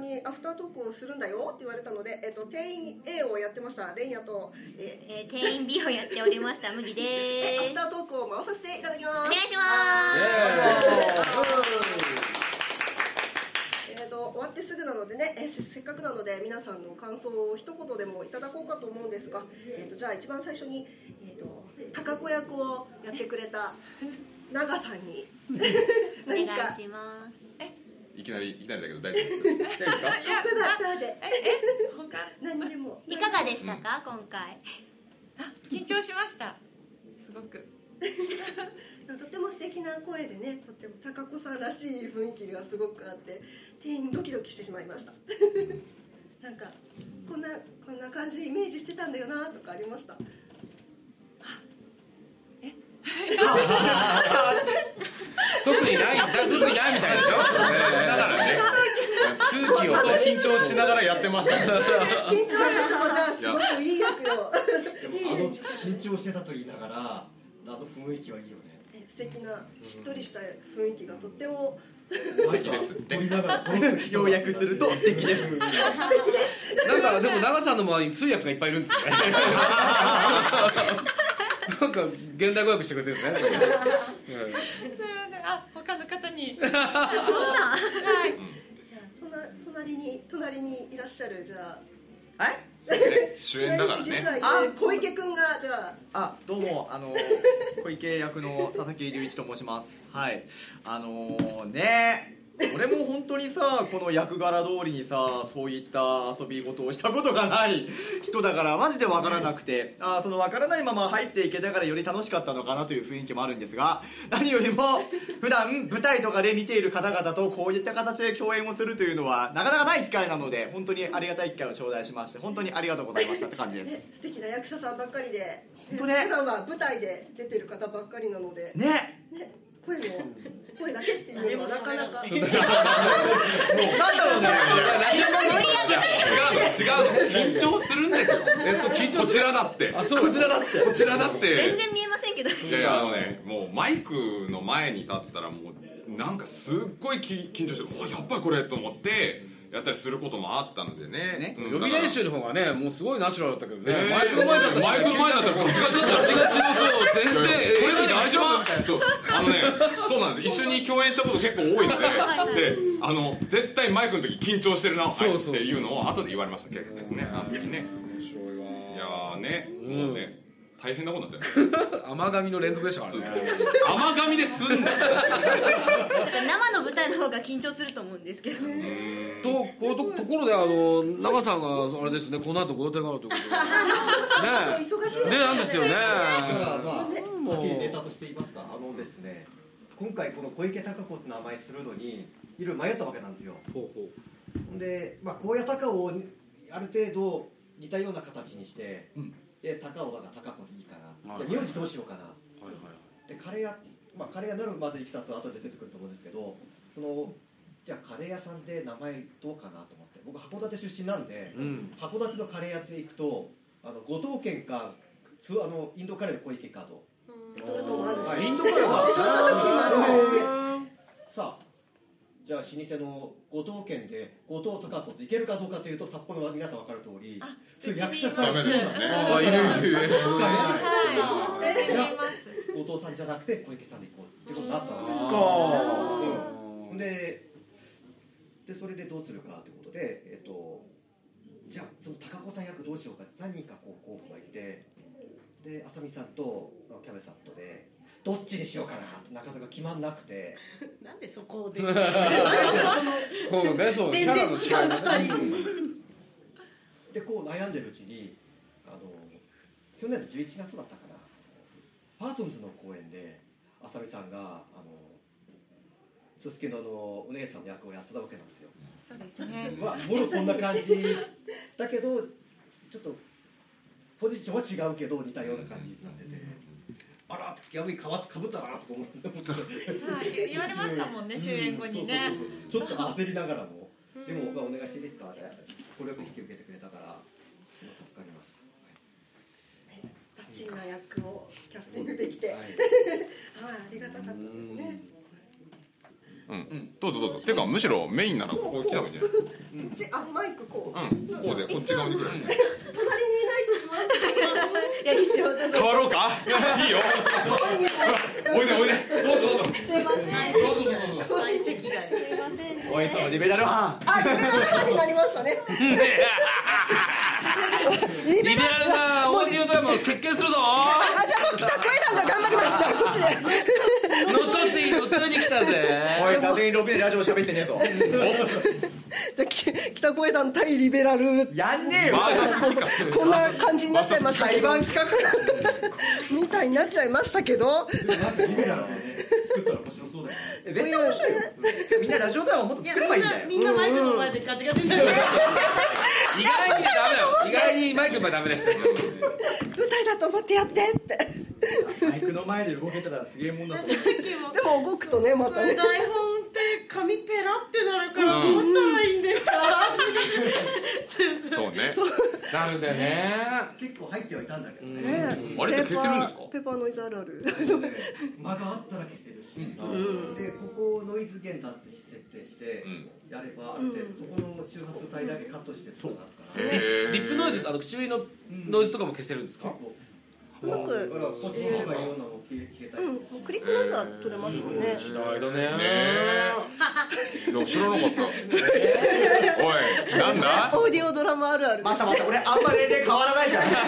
にアフタートークをするんだよって言われたので、えっと、店員 A をやってましたレンヤと、ええー、店員 B をやっておりました麦ーででアフターすトークを回させていただきますお願いしまイえー、と終わってすぐなのでね、えーせせっかくなので皆さんの感想を一言でもいただこうかと思うんですが、えー、とじゃあ一番最初に、えー、と高子役をやってくれ た長さんにお願何いかしますエーイいきなりいきなりだけど大丈夫大丈夫ですかいやただただでええ他何でもいかがでしたか、今回緊張しましたすごくとても素敵な声でねとても高子さんらしい雰囲気がすごくあって店員ドキドキしてしまいましたなんかこんなこんな感じでイメージしてたんだよなとかありま した特にない特にないみたいですよ緊張しながらね空気を本当緊張しながらやってましたね緊張したからじゃあすごくいい役を でもいいあの役緊張してたと言いながらあの雰囲気はいいよね素敵なしっとりした雰囲気がとっても素敵です要約すると素敵 ですなんかでも長さんの周りに通訳がいっぱいいるんですよねなんか現代語訳してくれてるんですね、うんすみませんあ他の方にそんなはいじゃあ隣隣に隣にいらっしゃるじゃあはい主演だから隣にね実はいる小池くんがじゃああどうもあの小池役の佐々木隆一と申しますはいあのー、ね俺も本当にさこの役柄通りにさそういった遊び事をしたことがない人だからマジで分からなくてあーその分からないまま入っていけたからより楽しかったのかなという雰囲気もあるんですが何よりも普段舞台とかで見ている方々とこういった形で共演をするというのはなかなかない機会なので本当にありがたい機会を頂戴しまして本当にありがとうございましたって感じですね素敵な役者さんばっかりで本当ね普段は舞台で出てる方ばっかりなので、ねね、声も声だけっていうのはなかなかなんだろうね。違うの違うの緊張するんですよえそう緊張こちらだってあそうこちらだって。こちらだって全然見えませんけどいやいやあのねもうマイクの前に立ったらもうなんかすっごいき緊張しておやっぱりこれと思ってやったりすることもあったのでねねうん予備練習の方がねもうすごいナチュラルだったけどね、えーマイクの前だったしマイクの前だったらこっちがちょっとガチガチのそう全然これがね大一丈夫番そうあのねそうなんです一緒に共演したこと結構多いのでであの絶対マイクの時緊張してるなあいってそうそうそういうのを後で言われました結構ねあの時ね面白いわいやーねんもうね大変なことになったよ甘噛みの連続でしたからね甘噛みですんだ生の舞台の方が緊張すると思うんですけどとこうとところであの長さんがあれですねこの後ご予定があるという 忙しいこですとでよねねねなんですよねだからまあもう先にネタとして言いますかあのですね今回この小池孝子って名前するのにいろいろ迷ったわけなんですよほうほほんで、まあ、高野高をある程度似たような形にして、で高尾だから高子でいいかな、はいじゃあ名字どうしようかうなはいはいはいでカレー屋、まあ、カレー屋なるまでいきさつは後で出てくると思うんですけどそのじゃあカレー屋さんで名前どうかなと思って僕函館出身なんで、うん函館のカレー屋って行くとあの五島県かつあのインドカレーの小池かとどれともあるしはいインドカレーはあそんな商品もあるのあさあじゃあ老舗の五島県で五島とかと行けるかどうかというと札幌の皆さん分かる通りそれ役者さんダメですよねーいるいるいるはいめっちゃ見ます後藤さんじゃなくて小池さんで行こうってことになったわけででそれでどうするかということでえっとじゃあその高子さん役どうしようかって何人かこう候補がいてで浅見さんとあキャベさんとでどっちにしようかなってなかなか決まんなくてなんでそこ でこうねそうキャラの違いだねでこう悩んでるうちにあの去年の11月だったかなパーソンズの公演で浅見さんがあのすすきののお姉さんの役をやってたわけなんですよそうですねまあ、もろこんな感じだけどちょっとポジションは違うけど似たような感じになっててあら逆にかわかぶったなとか思ってはい言われましたもんね終演後にねそうそうそうちょっと焦りながらもでも、まあ、お願いしていいですかってこれよく引き受けてくれたから助かりましガチな役をキャスティングできて、た、はい、ありがたかったですね。うん、どうぞどうぞていうかむしろメインならここ来た方がいいんじゃこっちあマイクこう、ないうんこうでこっち側に来る隣にいないとつまん ないいや必要だ変わろうかいいよおいでおいでどうぞどうぞすいませんどうぞどうぞどうぞ相席がすいませんねおいそのリベラル班あリベラル派になりましたねリリベラルなオーディオドラマを席巻するぞあじゃあもう北声団が頑張りますじゃあこっちで乗っ取っていい乗っ取りに来たぜおい打線6でラジオ喋ってねえぞじゃあき北声団対リベラル やんねえよバーサス企画こんな感じになっちゃいま したけ裁ど判企画だみたいになっちゃいましたけどでもなんかリベラルはね作ったら面白そうだよね絶対面白いよみんなラジオドラマもっと作ればいいんだよみんなマイクの前でガチガチになる意外にダメだよ意外にマイクの前ダメな人たちだよ舞台だと思ってやってってマイクの前で動けたらすげえもんだと思うでも動くとねまたね台本って紙ペラってなるからどうしたらいいんですか、そうねなるんだよね結構入ってはいたんだけどねねあれって消せるんですかペーパーペーパーノイズあるあるで間があったら消せるし、でここをノイズ源だって設定してうんやればある程度、そこの周波数帯だけカットしてそうなるへから、ーリップノイズあの唇のノイズとかも消せるんですかこうまうだくからこっちの方がいいようなのを消え消えたりとか、うんクリックノイズは取れますもんね時代だねねえいや知らなか ったおいなんだオーディオドラマあるあるまたまた俺あんま年齢変わらないから変わ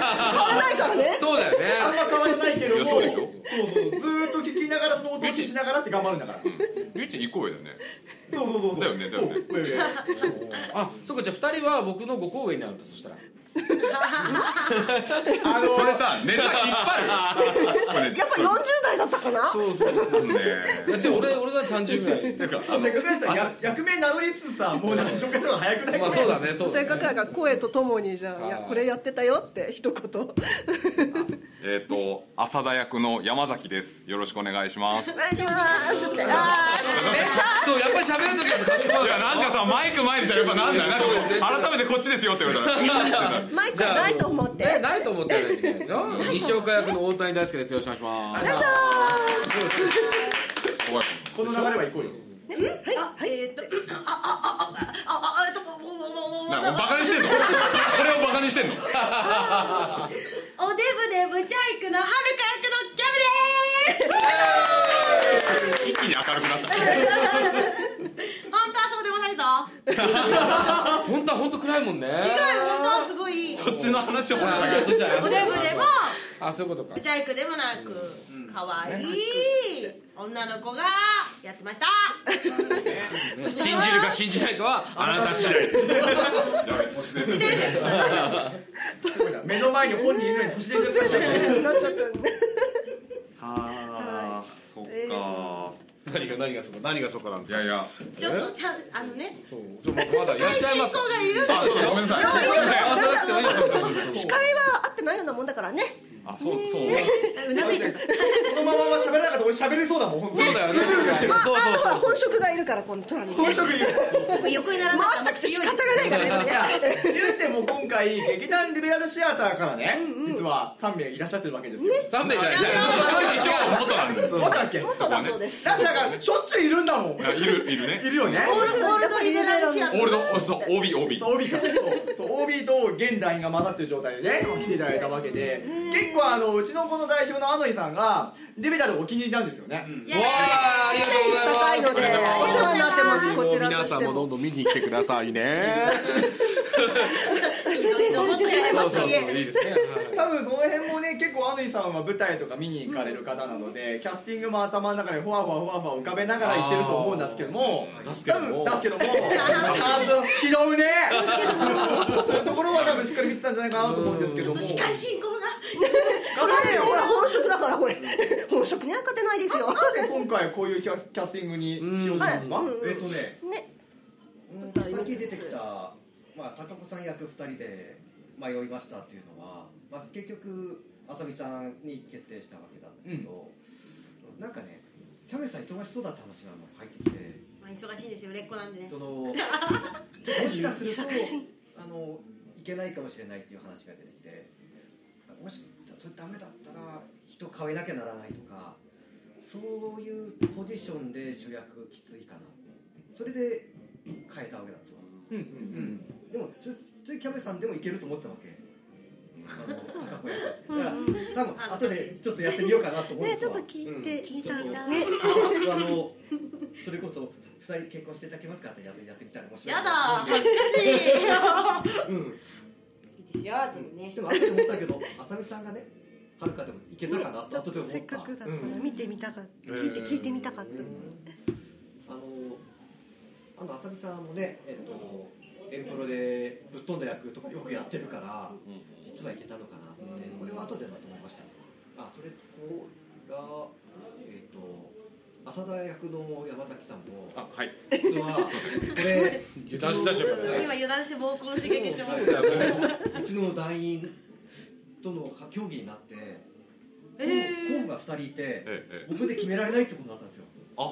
らないからねそうだよねあんま変わらないけどいやもそうでしょそうそうずーっと聞きながらその音をしながらって頑張るんだからゆうち一個上だよねそうそうそうそうだよねだよねそういやいやあそうかじゃあ二人は僕のご個上になるんだそしたらあのそれさネタ引っ張る これねやっぱ40代だったかなそうそうそういや違う俺俺が30ぐらい なんかせっかくやったらや役名名乗りつつさもうなんか紹介した方が早くないまあそうだねそうだせっねかくだから声とともにじゃあいやこれやってたよって一言えっと浅田役の山崎ですよろしくお願いしますお願いしますってあそうやっぱり喋るときは賢いいやなんかさマイク前にじゃやっぱなんだよなんかこう改めてこっちですよって言われたらーマイクはないと思ってえないと思ったらいけないですよ西岡役の大谷大輔ですよろしくお願いします怖いこの流れは行こうよあえっとああああああえっとおおおおなんかバカにしてんのこれをバカにしてんのおデブでブチャイクのはるか役のギャブ一でー気に明るくなったす本当はそうでもないぞ 本当は本当暗いもんね違うよ本当はすごいそっちの話をあーそした らおデブでもあそういうことかブチャイクでもなく可愛い女の子がやってま した 信じるか信じないかはあなた次第ですやべ年ですすごいな目の前に本人いるのに都市伝そ説して出しちゃうねなっちゃったんではそっか何が何がそこ何がそこなんでいやいやちょっとちゃんあのねそうちょまだいらっしゃいますそうがいるあそうごめんなさいいやいやあそうだっていいです司よ会は合ってないようなもんだからねあそうそううなずいちゃったーこのままは喋らなかったら俺喋れそうだもん本当にそうだよねそうまあそうあのほらそう本職がいるからこの隣に本職言う横にならな回したくて仕方がないから今いねや言うても今回劇団リベラルシアターからね実は3名いらっしゃってるわけですよ三名じゃないじゃあ一一応元なんですもっとだっけだ元だそうですってだからしょっちゅういるんだもんいやいるいるねいるよねオールドリベラルシアター俺のそう OBOB OB かそうそう OB と現代が混ざってる状態でね来ていただいたわけで結構あのうちのこの代表のアノイさんがリベラルお気に入りなんですよねわあありがとうご高いのでおざいます世話になってますこちらと皆しさてんもどもんどん見に来てくださいね。宣伝されてしまいましたねいいですね。多分その辺もね結構アヌイさんは舞台とか見に行かれる方なので、キャスティングも頭の中にふわふわふわふわ浮かべながら行ってると思うんですけどもあーですけど多も分ですけどもちゃんと拾うねそういうところは多分しっかり見てたんじゃないかなと思うんですけども司会進行がこれねほら本職だからこれ本職には勝てないですよで今回こういうキャキャスティングにしようと思うんですか、うんえっとねねうんさっき出てきた、まあ、高子さん役2人で迷いましたっていうのは、まあ、結局あさみさんに決定したわけなんですけど、なんかねキャメさん忙しそうだって話が入ってきてまあ忙しいんですよ売れっ子なんでねそのもしかするとあのいけないかもしれないっていう話が出てきてもしそれダメだったら人変えなきゃならないとかそういうポジションで主役きついかなそれで変えたわけなんですようんうんでもちょちょいキャベさんでもいけると思ったわけあの高子役ってだから多分後でちょっとやってみようかなと思うんねでちすょっわと聞いてみたいなうんねあのそれこそ2人結婚していただけますかってやってやってみたら面白いやだな恥ずかしいういいんですよでもねでも後で思ったけど浅見さんがねはるかでもいけたかなちとょっ後でと思ったせっかくだからうん見てみたかったうん聞いて聞いてみたかったあのあの浅見さんもねえっとエンプロでぶっ飛んだ役とかよくやってるから実はいけたのかなってこれは後でだと思いましたねあそれとこれがえっと浅田役の山崎さんもあはい実はこれ油断しだしちゃうからね今油断して膀胱を刺激してますうちの団員との競技になってえ候補ーが2人いてええええ僕で決められないってことになったんですよあ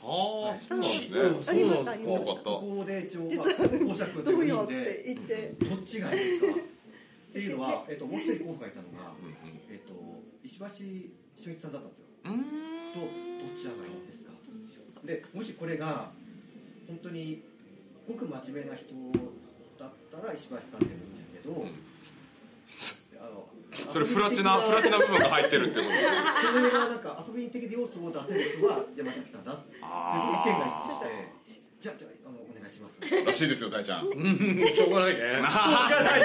はあそうなんですねうんありましたあそうなり怖んですましかったたここで一応まあ公爵とどいううよ人ってで言ってどっちがいいですかっていうのは、えっと、もう一人候補がいたのが、うんえっと、石橋俊一さんだったんですようんうんとどちらがいいですかでもしこれが本当にごく真面目な人だったら石橋さんでもいいんだけど、んあのそれフラチナフラチナ部分が入ってるってことですねそれがなんか遊び的要素を出せる人は山崎さんだっていう意見あが一致しあてじゃあじゃああのお願いしますらしいですよ大ちゃんうんしょうがないね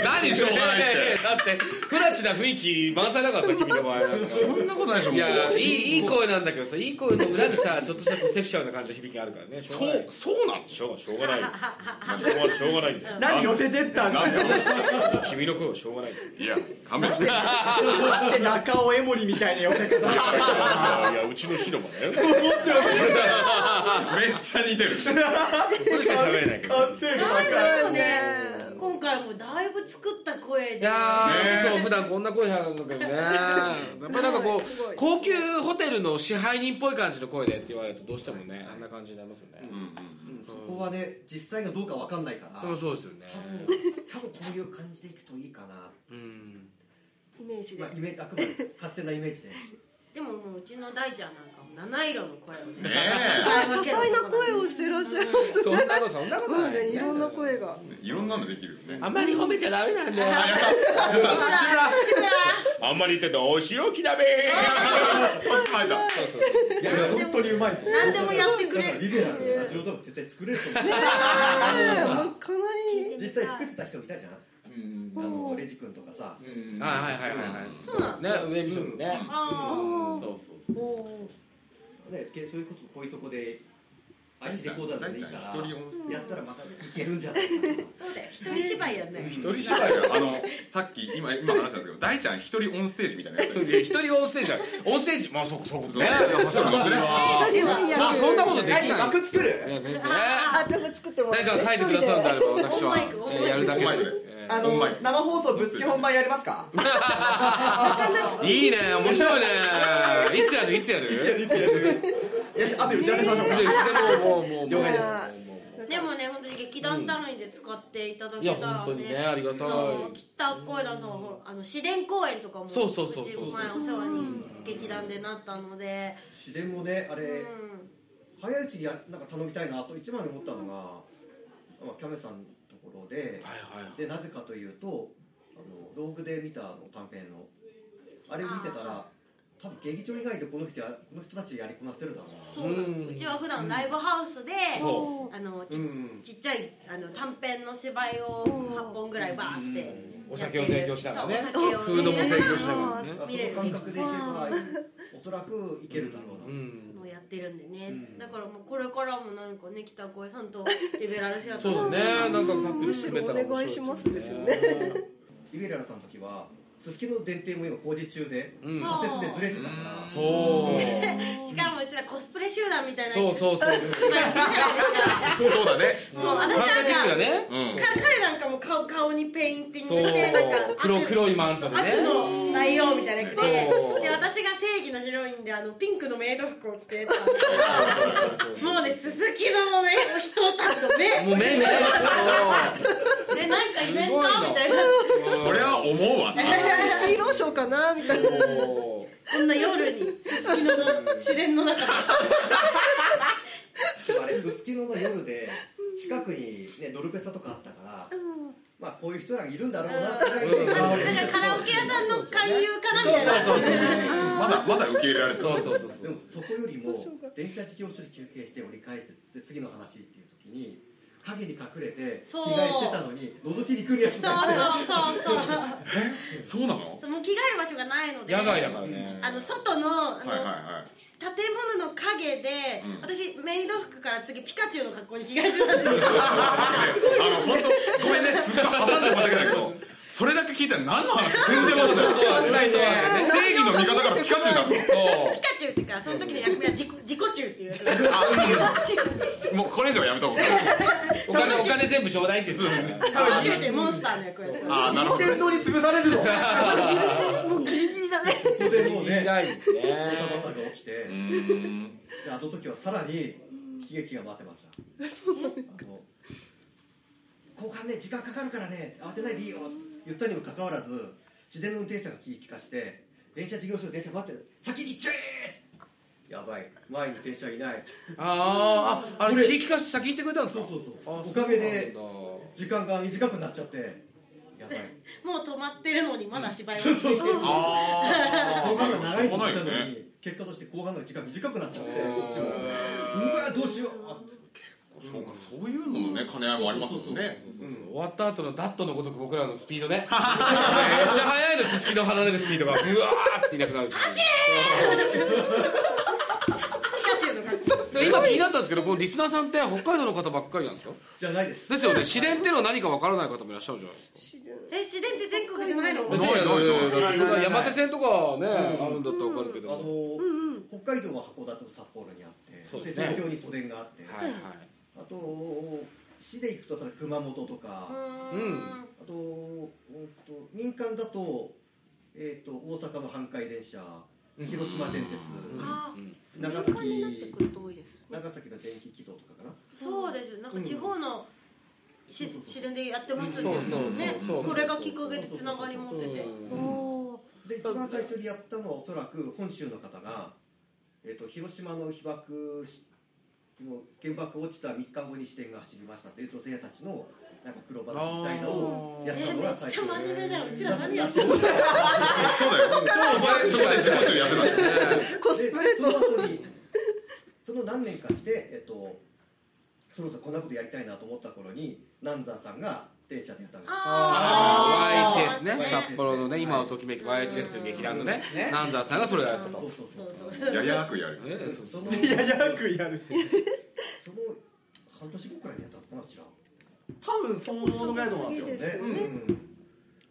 何しょうがないってやだってふらちな雰囲気満載だからさ君の場合なんかそんなことないでしょいやいいいい声声なんだけどさいい声の裏にさちょっとしたこうセクシュアルな感じの響きがあるからねしょそがうないそうなんでししょょうがしょうがないよしょうがしょうがないんだよ何寄せてったんだなんで君の声はしょ うがないんだよいや勘弁してなんで中尾江森みたいな寄せ方いやうちの広場だよめっちゃ似てるそれしか喋れないけど完成度高いでもね今回もだいぶ作った声いでやー、ねえそう普段こんな声なんだけどねやっぱりなんかこすごうい高級ホテルの支配人っぽい感じの声でって言われるとどうしてもねあんな感じになりますよねうんうんそこはね実際がどうかわかんないから、うんそうですよね多分多分こういう感じでいくといいかな、うんイメージでまあ、イメあくまで勝手なイメージででももううちの大ちゃんなんかも七色の声をねね多彩な声をしてらっしゃいますそんなことそんなこともうなねいいろんな声がえいろんなのできるよねあんまり褒めちゃダメなんだよあんまり言ってたお仕置きだべこっち巻いたいや本当にうまいぞ何でもやってくだかれらるリベラルのラジオドラマ絶対作れると思うねえもうかなり実際作ってた人いたじゃんうんあのオレジ君とかさうんはいはいはいはいはいそうですねウェブションねあうんそうそうそうおーねけそういうことこういうとこで IC レコーダーでいいか大ちゃん一人音らやったらまたいけるんじゃないかな ーそうだよ一人芝居やんね一人芝芝居居があのさっき今今話したんですけど大ちゃん一人オンステージみたいなやついや一人オンステージはオンステー ジまあそうそうそうねそうそうそれは一人はいやまあそんなことできない何枠作いるや全然あでも作ってもらっ誰てかが書いてくださるんであれば私はオンマイクオンマイクえーやるだけオンマイクででえあほんまのに生放送ぶっつけ本番やりますかーいいね面白いねいつやるいつやるいつで よしあと打ち合わせしましょういつでももうもうも了解うですでもね本当に劇団単位で使っていただいやけた本ら当にねねありがたいの北声田さんはほらあの市電公演とかもそうそうそうそうちも前お世話に劇団でなったので自然もねあうれん早いうちにやなんか頼みたいなと一番に思ったのが、まあ、キャメさんのところで,、はいはいでなぜかというとあのローグで見たあの短編のあれ見てたら多分劇場以外でこの人やこの人たちやりこなせるだろうそうなんですううんちは普段ライブハウスでそあのなちうんちっちゃいあの短編の芝居を8本ぐらいバーってやってるお酒を提供しながらねそうお酒をフードも提供しながらですねあそ見れるの感覚でいけばおそらくいけるだろうな、うんのやってるんでね、うんだからもうこれからもなんかね北越さんとリベラルシアタそうーだねなんか確認してくれたらむしろお願いしますですよねイベラルさんの時はすすきの電停も今工事中でうん仮設でずれてたから、そうしかもうちらコスプレ集団みたいなそうそうそうそうだねそうファン私タジッなクだんかねうんか彼なんかも顔顔にペインティそンうグしてなんか黒黒いマントで悪ねの内容みたいなの着てそうで私が正義のヒロインであのピンクのメイド服を着てもうねすすきのね人たちの目もう目目でなんかイベンすごいなトみたいなそりゃ思うわなヒーローショーかなみたいなそうこんな夜にすすきのの自然の中であれすすきのの夜で近くにねドルペサとかあったから、まあこういう人らがいるんだろうなってうんなんかカラオケ屋さんの勧誘かなみたいなそうそうそうまだまだ受け入れられてたそうそうそうそでもうそこよりも電車事業所で休憩して折り返してで次の話っていう時に影に隠れて着そう替えしてたのに覗きに来るやつがいてそうそうそうそそううなのそうもう着替える場所がないので野外だからねあの外のあはいの、はいはい建物の影で、うん私メイド服から次ピカチュウの格好に着替えてたんですよあの本当ごめんねすっごい挟んで申し訳ないけどそれだけ聞いたら何の話か全然わかんないそうわかんないね正義の味方からピカチュウだったそうピカチュウっていうかその時の役目は自己自己中っていうやつもうこれ以上はやめた方がいいお金お金全部ちょうだいって言ってたから自己中ってモンスターの役割ああなるほど天堂に潰される ぞもうギリギリだねそこでもういねない ですねバタバタが起きてうーんであの時はさらに悲劇が待ってましたあの後半ね時間かかるからね慌てないでいいよって言ったにもかかわらず自然の運転手さんが聞き聞かして電車事業所で電車待ってる先に行っちゃえやばい前に電車いないあーああのこれ聞き聞かせて先行ってくれたんですかそうそうそうあおかげでそうなん時間が短くなっちゃってやばいもう止まってるのにまだ芝居をしていてああ後半が長いっして言ったょうがなのいよねに結果として後半の時間短くなっちゃってこっちもうわどうしようそうかそういうののね兼ね合いもありますもんねだ終わった後のダットのごとく僕らのスピードねめっちゃ速いのすすきの離れるスピードがうわーっていなくなる走ピカチュウの格好れ今気になったんですけどこのリスナーさんって北海道の方ばっかりなんですかじゃないですですよね市電っていうのは何かわからない方もいらっしゃるじゃないですかえ自然って全国じゃないのいやいやいやいやだってそんな山手線とかねあるんだったらわかるけどあのはい北海道は函館と札幌にあってそうでですね東京に都電があってはいあと市で行くとただ熊本とかううんあとうんと民間だと,、えー、と大阪の阪海電車うん広島電鉄あうん長民間になって崎くると多いです長崎の電気軌道とかかなそうですよなんか地方のし自然でやってますってそういそううそうねそうこれがきっかけでつながり持っててうんおで一番最初にやったのはおそらく本州の方が、えー、と広島の被爆しの原爆落ちた3日後に支店が走りましたという女性たちのなんか黒話みたいなのをやったえのめっが最ちゃ初真面目じゃんうちら何やなっんてかるそうだよそこでそこで自己中やってたコスでプレそのと後にその何年かして、えっと、そろそろこんなことやりたいなと思った頃に南山さんが電車でやったんですああーー YHS ね札幌のね今をときめく YHS という劇団のね南沢さんがそれをやったとそうそうそうそうそうややくやるえそうそそうのいややくやるその半年後くらいにやったのかなうちら多分そのぐらいだと思うんですよねうん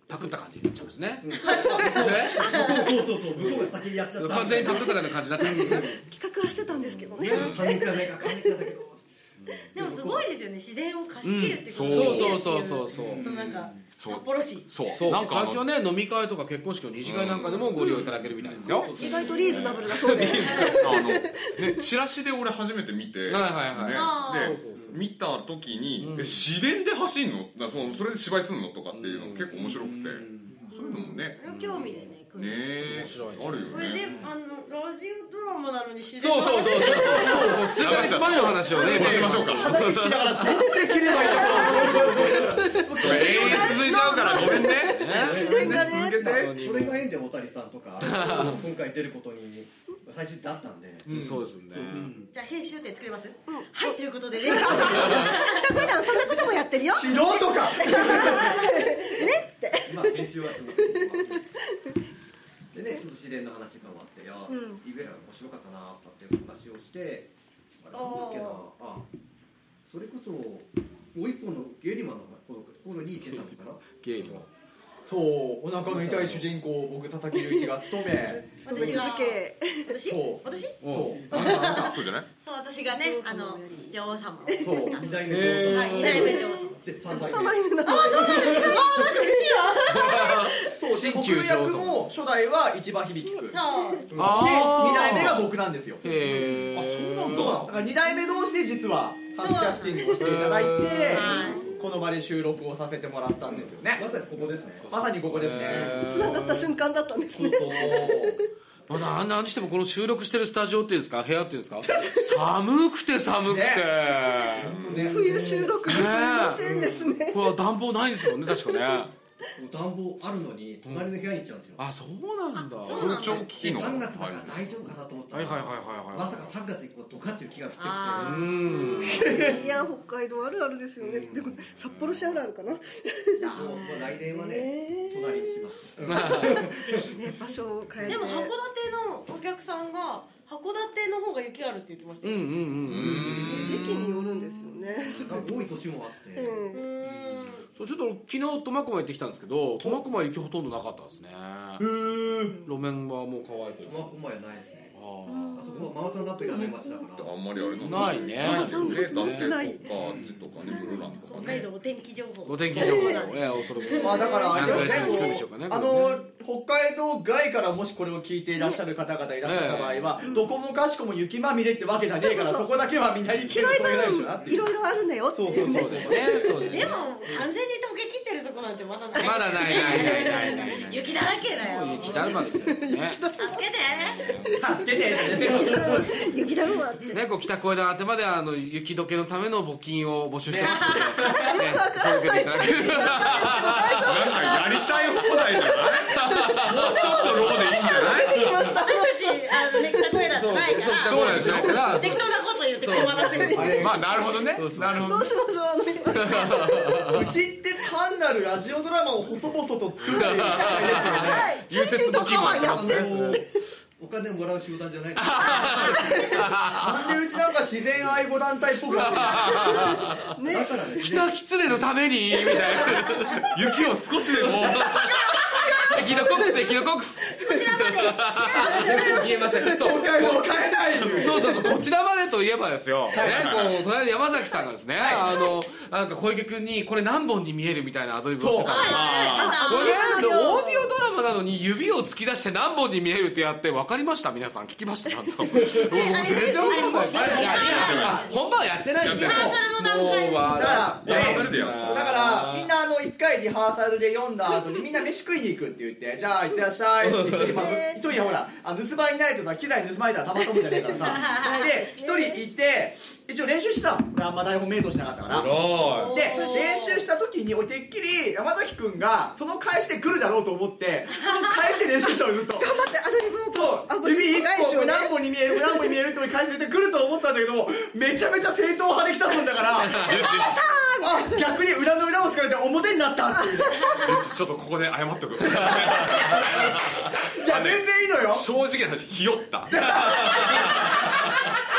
パクった感じになっちゃいますねうんねそうそうそう、向こうが先にやっちゃった完みた全いにパな。クったような感じになっちゃうんですね企画はしてたんですけどね完全にパクったね。完全にパクったんだけど。でもすごいですよね自然を貸し切るってことそうそうそうそうそうそのなんかそう札幌市そうそうなんかあ環の境ね飲み会とか結婚式の二次会なんかでもご利用いただけるみたいですよ意外とリーズナブルだそうであのねチラシで俺初めて見てはいはいはいあねーそうでそうそう見た時に、うんえ市電で走んのだそのそれで芝居すんのとかっていうの結構面白くて、うんそういうのもね興味でね来ねるえ面白いねあるよこれでねあのラジオドラマなのに自然そうそうそうそうそうもう数ヶ月前の話をね待ちましょうかこれ永遠続いちゃうからごめんね自然がね続けてそれが縁で大谷さんとか、今回出ることに、最終的にあったんで。うんそうですよねじゃあ編集点作りますはいということでね 北海道そんなこともやってるよ素人かまあ、編集はしますけど。でね、その試練の話が終わって、いや、リベラ面白かったなとかっていう話をして、あれ、なんだっけな、あ、それこそ、もう一本のゲリマの、この、この2位出たのかな。ゲイにもそうお腹の痛い主人公僕佐々木隆一が務め勤め続け私そう私そうあんたあんたそうじゃないそう私がね女王様あのより女王様をそう二代目へ女王はい二代目女王様で三代そ目の意味なのそうで新僕旧の上層役も初代は一番響くそでう二あー代目が僕なんですよへえそうだから2代目同士で実はハンキャスティングをしていただいてはいこの場で収録をさせてもらったんですよねまさにここですね。まさにここですね繋がった瞬間だったんですそうねそうまだあんなにしてもこの収録してるスタジオっていうんですか部屋っていうん ですか寒くて寒くて、冬収録ですいませんですねこれは暖房ないですもんね確かね暖房あるのに隣の部屋に行っちゃうんですよ、あそうなんだそう空調機器の3月だから大丈夫かなと思ったはいら、はいはいはいはいまさか3月以降ドカっていう気が降ってきてうあんいや北海道あるあるですよねでも札幌市あるあるかなねもうもう来年はねえ隣にします、まあね場所を変えてでも函館のお客さんが函館の方が雪あるって言ってましたうんようんうんうん時期によるんですよねなんか多い年もあって、うんうんそうちょっと昨日苫小牧行ってきたんですけど苫小牧雪ほとんどなかったですね路面はもう乾いてる苫小牧はないですねああそこはママさんラップいらない町だからあんまりあれなんないねないですよねなだいってとかあっちとかね室蘭とか北ね海道お天気情報ーお天気情報をねお届けまあだからあれ何だよ回ね聞くんでしょうかねあこれねの北海道外からもしこれを聞いていらっしゃる方々いらっしゃった場合は、どこもかしこも雪まみれってわけじゃねえからそうそうそうそこだけはみんな雪が広い取れないでしょなっ分ていいうろいろあるんだよってそうそうそうだよねねそうだでねも完全に溶け切ってるとこなんてまだないまだないないないないないない雪だらけだよもう 雪だるまですよね助けて助けてって 雪だるまってね、こう北小枝宛まであの雪解けのための募金を募集してますので、ね、届けていただけるなんかやりたい放題じゃないもうちょっとローでいいんじゃない出てきました私たちあのね北声だってそうないかそう北小枝じゃないからら適当なこと言って困らせるまあなるほどねそうそうなるほどどうしましょうあの今うちって単なるラジオドラマを細々と作っているはいチャリティーとかはやあっのてお金もらう集団じゃないですなんでうちなんか自然愛護団体っぽくなってるだからね北狐のためにみたいな雪を少しでも敵のコックス敵のコックスこちらまで言えません そう北海道を変えないよそうそうそうこちらまでといえばですよ、ね、こう隣の山崎さんがですね、あのなんか小池君にこれ何本に見えるみたいなアドリブをしてたんですよこれオーディオドラマなのに指を突き出して何本に見えるってやって分かりました皆さん聞きましたちゃんと もう全然分かんないあれもうやりやってない本番はやってないんだやってないもうだか笑らリハーねサルでやるだからみんなあの1回リハーサルで読んだ後にみんな飯食いに行くって言ってじゃあ行ってらっしゃいって言って今一人はほらあ盗まれないとさ機材盗まれたらたまったもんじゃねえからさで一人行って一応練習したのあんま台本メイドしなかった からおで練習した時に俺てっきり山崎君がその返しで来るだろうと思ってその返しで練習したのずっと。頑張ってアドリブをこうアそドうリ指ブ一返しを本ね何本に見える何本に見えるって俺返し出てくると思ったんだけどめちゃめちゃ正統派できたもんだからあ逆に裏の裏をつかれて表になったっていう ちょっとここで謝っとくいや全然いいのよ正直な話ひよった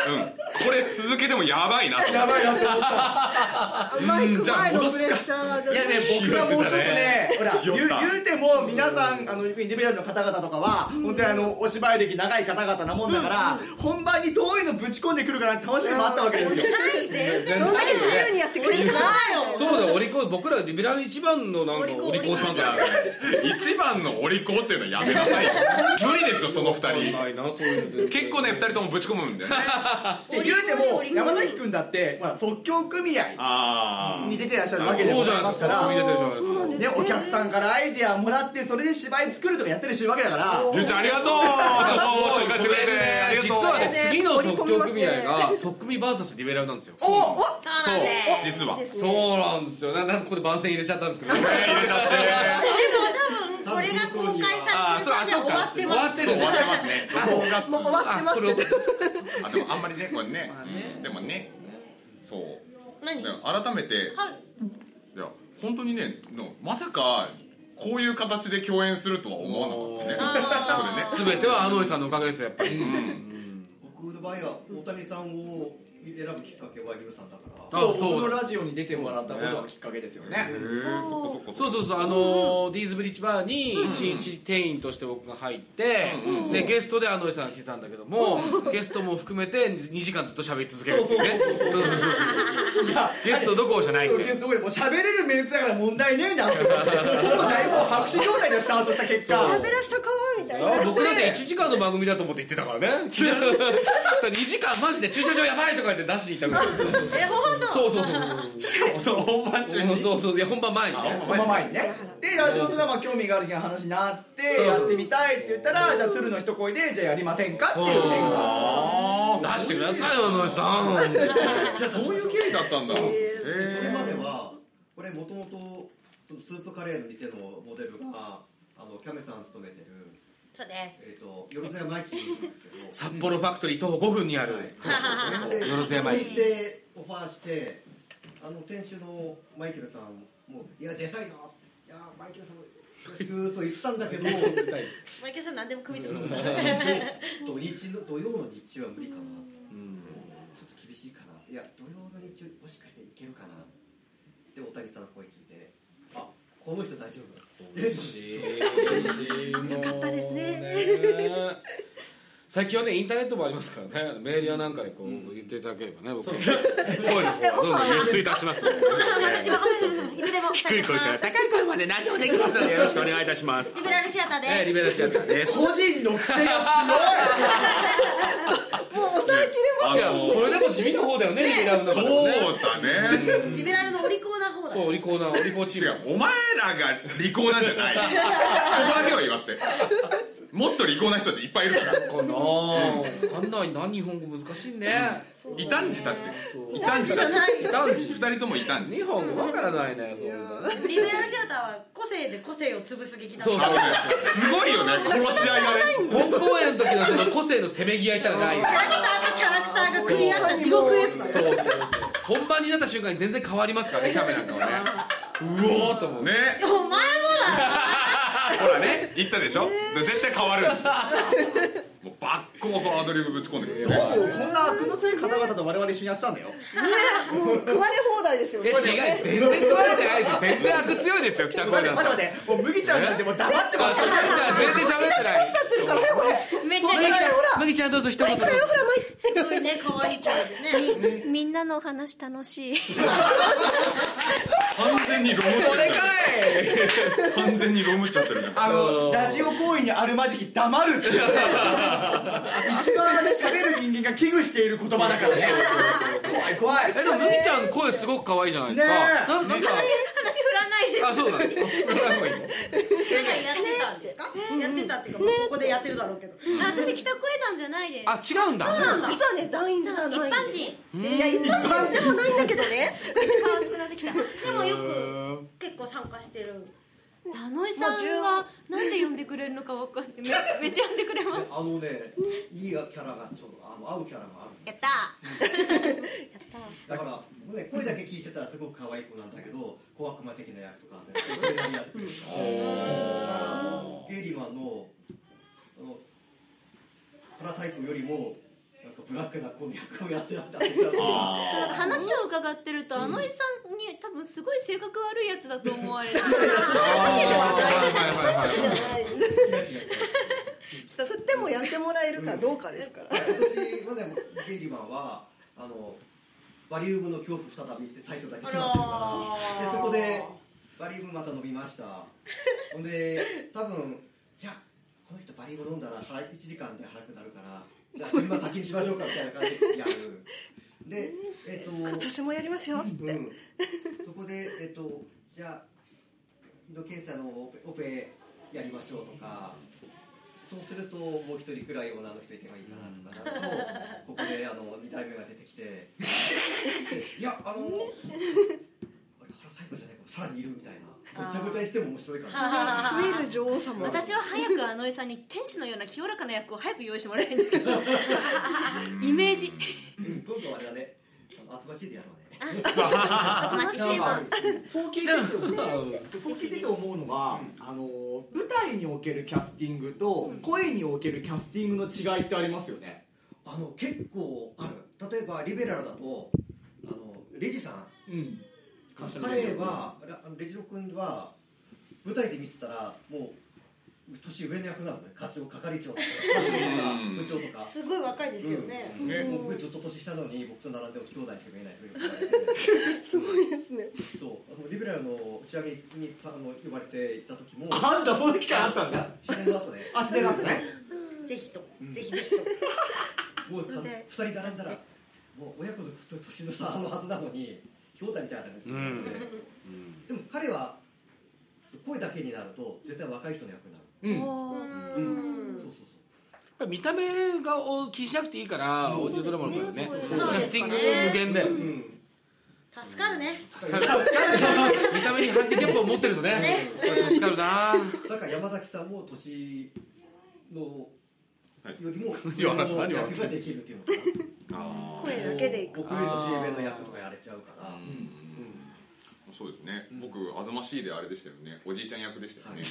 うんこれ続けてもやばいなとやばいなと思ったマイク前のプレッシャーいやね、僕はもうちょっとね、ほら、言う言うても、皆さん、あの、インディビュアルの方々とかは、本当にあの、お芝居歴長い方々なもんだから、本番にどういうのぶち込んでくるかなって楽しみもあったわけですよ。ない全然どんだけ自由にやってくれるかーそうだよお利口僕らリベラル一番のなんかお利口さんだよ一番のお利口っていうのやめなさいよ無理でしょその二人なそういう結構ね二人ともぶち込むんだよねで、言うても、山崎くんだって、ほら、即興組合あに出てらっしゃるそわうけじでもゃないですかそういうじゃないですかね、お客さんからアイディアもらって、それで芝居作るとかやったりしてるわけだから、あゆうちゃんありがとうそこを紹介してくれてありがと実うはね次の即興織り込組合みますがね即組 VS リベラルなんですよおおそう実はそうなんですよななんでここで番宣入れちゃったんですけど入れちゃってでも多分これが公開さあれそうあてるそまうで終わかってます終わってる終わってますねもう終わってますけどあでもあんまりねこれね,、うんでもねそう何だから改めてはいいや本当にねのまさかこういう形で共演するとは思わなかったねあーそれね全てはあのりさんのおかげですよやっぱり僕の場合は大谷さんを選ぶきっかけはルーさんだ からあそう、そう僕のラジオに出てもらったことがきっかけですよね。へえそこそこそううそうそうあのーディーズブリッジバーに一日店員として僕が入ってでゲストであのりさんが来てたんだけどもゲストも含めて2時間ずっと喋り続けるっていうねそうそうそういやゲストどこじゃないってどこでもう喋れるメンツだから問題ねえなって思って、ほぼ大もう白紙状態でスタートした結果、喋らしたかわいみたいあな僕だって1時間の番組だと思って言ってたから ね2時間マジで駐車場やばいとか言って出しに行ったからえほほんとそうそうそうしかもその本番中そうにそうそういや本番前にね本番前にねでラジオドラマ興味がある話になってそうやってみたいって言ったらじゃあ鶴の一声でじゃあやりませんかっていうそうねあ出してくださいよ野口さんじゃあそういう経緯だったんだそれまではこれもともとスープカレーの店のモデルがあのキャメさん勤めてる、そうですえー、とよろずやマイキーなんですけ札ど幌ファクトリー徒歩5分にあるはいでよろずやマイキーそこに行ってオファーしてあの店主のマイケルさんも「いや出たいよいやマイケルさんもよろしく」と言ってたんだけどマイケルさん何でも組みつぶ土日の土曜の日中は無理かな、ちょっと厳しいかないや土曜の日中もしかしていけるかなで大谷さんの声聞いてあこの人大丈夫よしよかったですね最近はねインターネットもありますからねメールやなんかでこう言っていただければね僕は声の方はどんどん輸出いたしますので私はうんいつでも低い声から高い声まで何でもできますのでよろしくお願いいたしますリベラルシアターでえーリすベラルシアターです個人の癖が もう抑えきれあいやこれでも地味な方だよねリベラルのそ中うでもねだねリベラルのお利口な方だそうお利口なお利口チ違ームうお前らが利口なんじゃないそこだけは言わせてもっと利口な人たちいっぱいいるからかなぁわかんないな日本語難しいね異端児たちです異端児じたゃちない異端児二人とも異端児日本語わからないねそんなリベラルシアターは個性で個性を潰す劇団そうそうあのねすごいよね殺し合いがね本公演の時のその個性のせめぎ合いたらないよね何とあのキャラクターが食い合った地獄絵そうそうそう本番になった瞬間に全然変わりますからねキャメなんかはねうおーっと思うねねお前もだほらね言ったでしょで絶対変わるんですよもうバッコバコアドリブぶち込んでくるどうもこんな悪の強い方々と我々一緒にやってたんだよばねもう食われ放題ですよえ違う全然食われてないですよ全然悪強いですよ北小待って枝さん待って待ってもう麦ちゃんなんてもう黙ってまあすそう麦ちゃん全然喋ってないめちゃくちゃ麦ちゃん麦ちゃんどうぞ一言すごいね可愛いちゃんでねみんなのお話楽しい。完全にロムっちゃそれかいってる完全にロムっちゃってるじゃんあのラジオ行為にあるまじき黙るって いうね一番喋る人間が危惧している言葉だからね怖い怖いえでも麦ちゃん声すごく可愛いじゃないですかねなえなんか話振らないであそうだねあこれはもういいのなんかやってたんですかやってたっていうかここでやってるだろうけど私北小枝じゃないですあ違うんだ実はね団員じゃない一般人いや一般人でもないんだけどね顔熱くなってきたでもよく結構参加してる田野井さんはなんで呼んでくれるのかわかんないめめっちゃ呼んでくれますあのねいいキャラがちょっとあの合うキャラがあるやっただから、ね、声だけ聞いてたらすごく可愛い子なんだけど小悪魔的な役とかねそれやってくれるからゲイリマンのあの原太鼓よりもなんかブラックな子の役をやってたってあそうなんか話を伺ってると、あの井さんに多分すごい性格悪いやつだと思われるはいはいはいはい振ってもやってもらえるかどうかですから私はねゲイリマンはあのバリウムの恐怖再びってタイトルだけ決まってるからでそこでバリウムまた飲みましたほんで多分じゃあこの人バリウム飲んだら腹1時間で腹くなるからじゃあ今先にしましょうかみたいな感じでやるでえっ、と私もやりますよってうん、そこで、えっと、じゃあ、インド検査のオペオペやりましょうとか、そうすると、もう一人くらい女の人いてもいいかなとかなると、ここであの2代目が出てき て、いや、あの、あれ、原太鼓じゃないかも、さらにいるみたいな、ごちゃごちゃにしても面白いから、増える女王様私は早くあの井さんに天使のような清らかな役を早く用意してもらいたいんですけど イメージうん今度はあれだね、あの厚ましいでやろうね。お待ちしていますそう聞いててそう聞いてて思うのはあの舞台におけるキャスティングと声におけるキャスティングの違いってありますよねあの結構ある例えばリベラルだとあのレジさんうん彼はらあのレジロ君は舞台で見てたらもう年上の役なのね課長係長とか課長とかうん部長とかすごい若いですけどねねもうずっと年下なのに僕と並んでも兄弟しか見えないというすごいすごいですねそうあのリベラルの打ち上げにさあの呼ばれて行った時もあんたその期間あったんいだや試合の後であしてなかったねぜひと、ぜひぜひと。もうあの待っ二人並んだらもう親子の年の差のはずなのに兄弟みたいな感じで、でも彼は声だけになると絶対若い人の役になる、うんそうそうそうぱり見た目がを気にしなくていいから、オーディオドラマの場合はね、キャスティング無限だよ。助かるね。助かる。見た目にハンディキャップを持ってるとね、助かるな。だから山崎さんも年のよはいりいもや 何上の笑役ってんのができるっていうのかあ声だけでいく僕より年上の役とかやれちゃうからーうんそうですね僕あずましいであれでしたよねおじいちゃん役でしたよね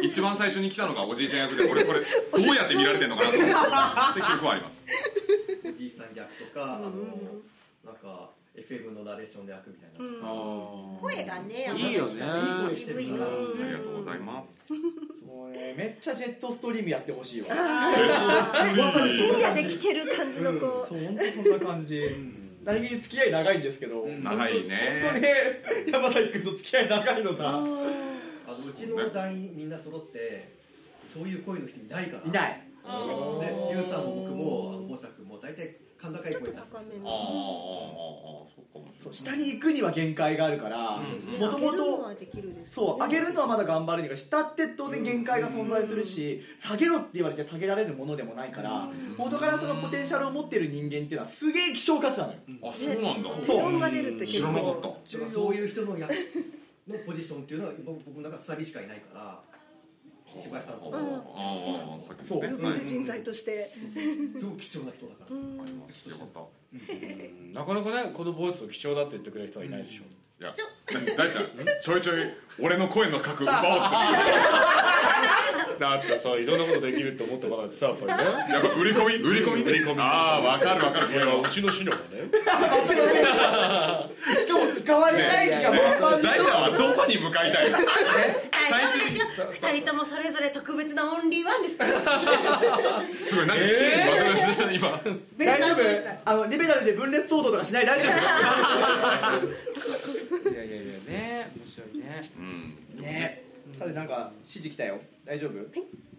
一番最初に来たのがおじいちゃん役で俺これどうやって見られてんのかなと思って記憶はありますおじいさん役とかあのなんか FM のナレーションの役みたいな、あー声がね、いいよね。いい声してるから、ありがとうございますもうねめっちゃジェットストリームやってほしいわ深夜で聞ける感じのこそう本当そんな感じ大変付き合い長いんですけど、長い本当ねね山崎君と付き合い長いのさあのうちの団員みんな揃ってそういう声の人いないからいないでリュウさんも僕もあの坊君も大体甲高い声出す高めあーあーあーあーのそうかもしれそうない下に行くには限界があるからもと上もげるのとはできるですそう上げるのはまだ頑張れるが下って当然限界が存在するし下げろって言われて下げられるものでもないから元からそのポテンシャルを持ってる人間っていうのはすげえ希少価値なのよあそうなんだ気温が出るって結知らなかった構だからそういう人の役のポジションっていうのは僕僕の中2人しかいないから芝居さんとあもあさっきそのうね呼べる人材としてすごく貴重な人だから、知らなかっうんなかなかね、このボイスを貴重だって言ってくれる人はいないでしょ。たいや大ちゃんちょいちょい俺の声の核奪おうとする だってさ、いろんなことできるって思ってもらってさ、やっぱりね。やっぱ売り込み売り込み売り込みああわかるわかるそれはうちのシノがね。 しかも使われない気が満々財ちゃんはどこに向かいたい大丈夫ですよ。二人ともそれぞれ特別なオンリーワンですから。すごい何急にまとめました今大丈夫あのリベラルで分裂騒動とかしない大丈いやいやいやね、面白いね。うん夫ねただなんか指示来たよ大丈夫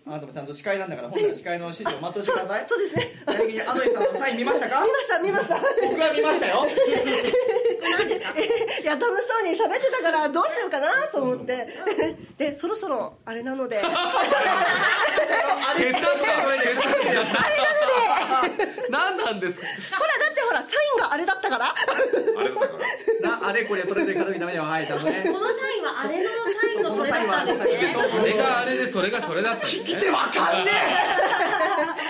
あなたもちゃんと司会なんだから本来の司会の指示を全うしてくださいそうですねちなみにアドエさんのサイン見ましたか 見ました見ました僕は見ましたよいや楽しそうに喋ってたからどうしようかなと思 ってでそろそろあれなのであれこれ何なんですかほらだってほらサインがあれだったからあれだったからなあれこれそれで片付けダメだよはいちゃんとねこのサインはあれのサインのそれだったんですね。あれがあれで、それがそれだったんだね。来てわかんね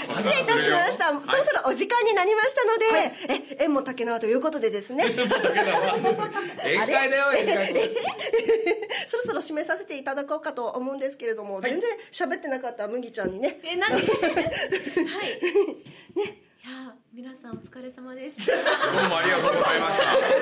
失礼いたしましたそろそろお時間になりましたので、え縁も竹縄ということでです ね宴会だよ、宴会。 そろそろ締めさせていただこうかと思うんですけれども、全然喋ってなかった麦ちゃんにね え、なんではい。ね。いや、皆さんお疲れ様でした。 どうもありがとうございました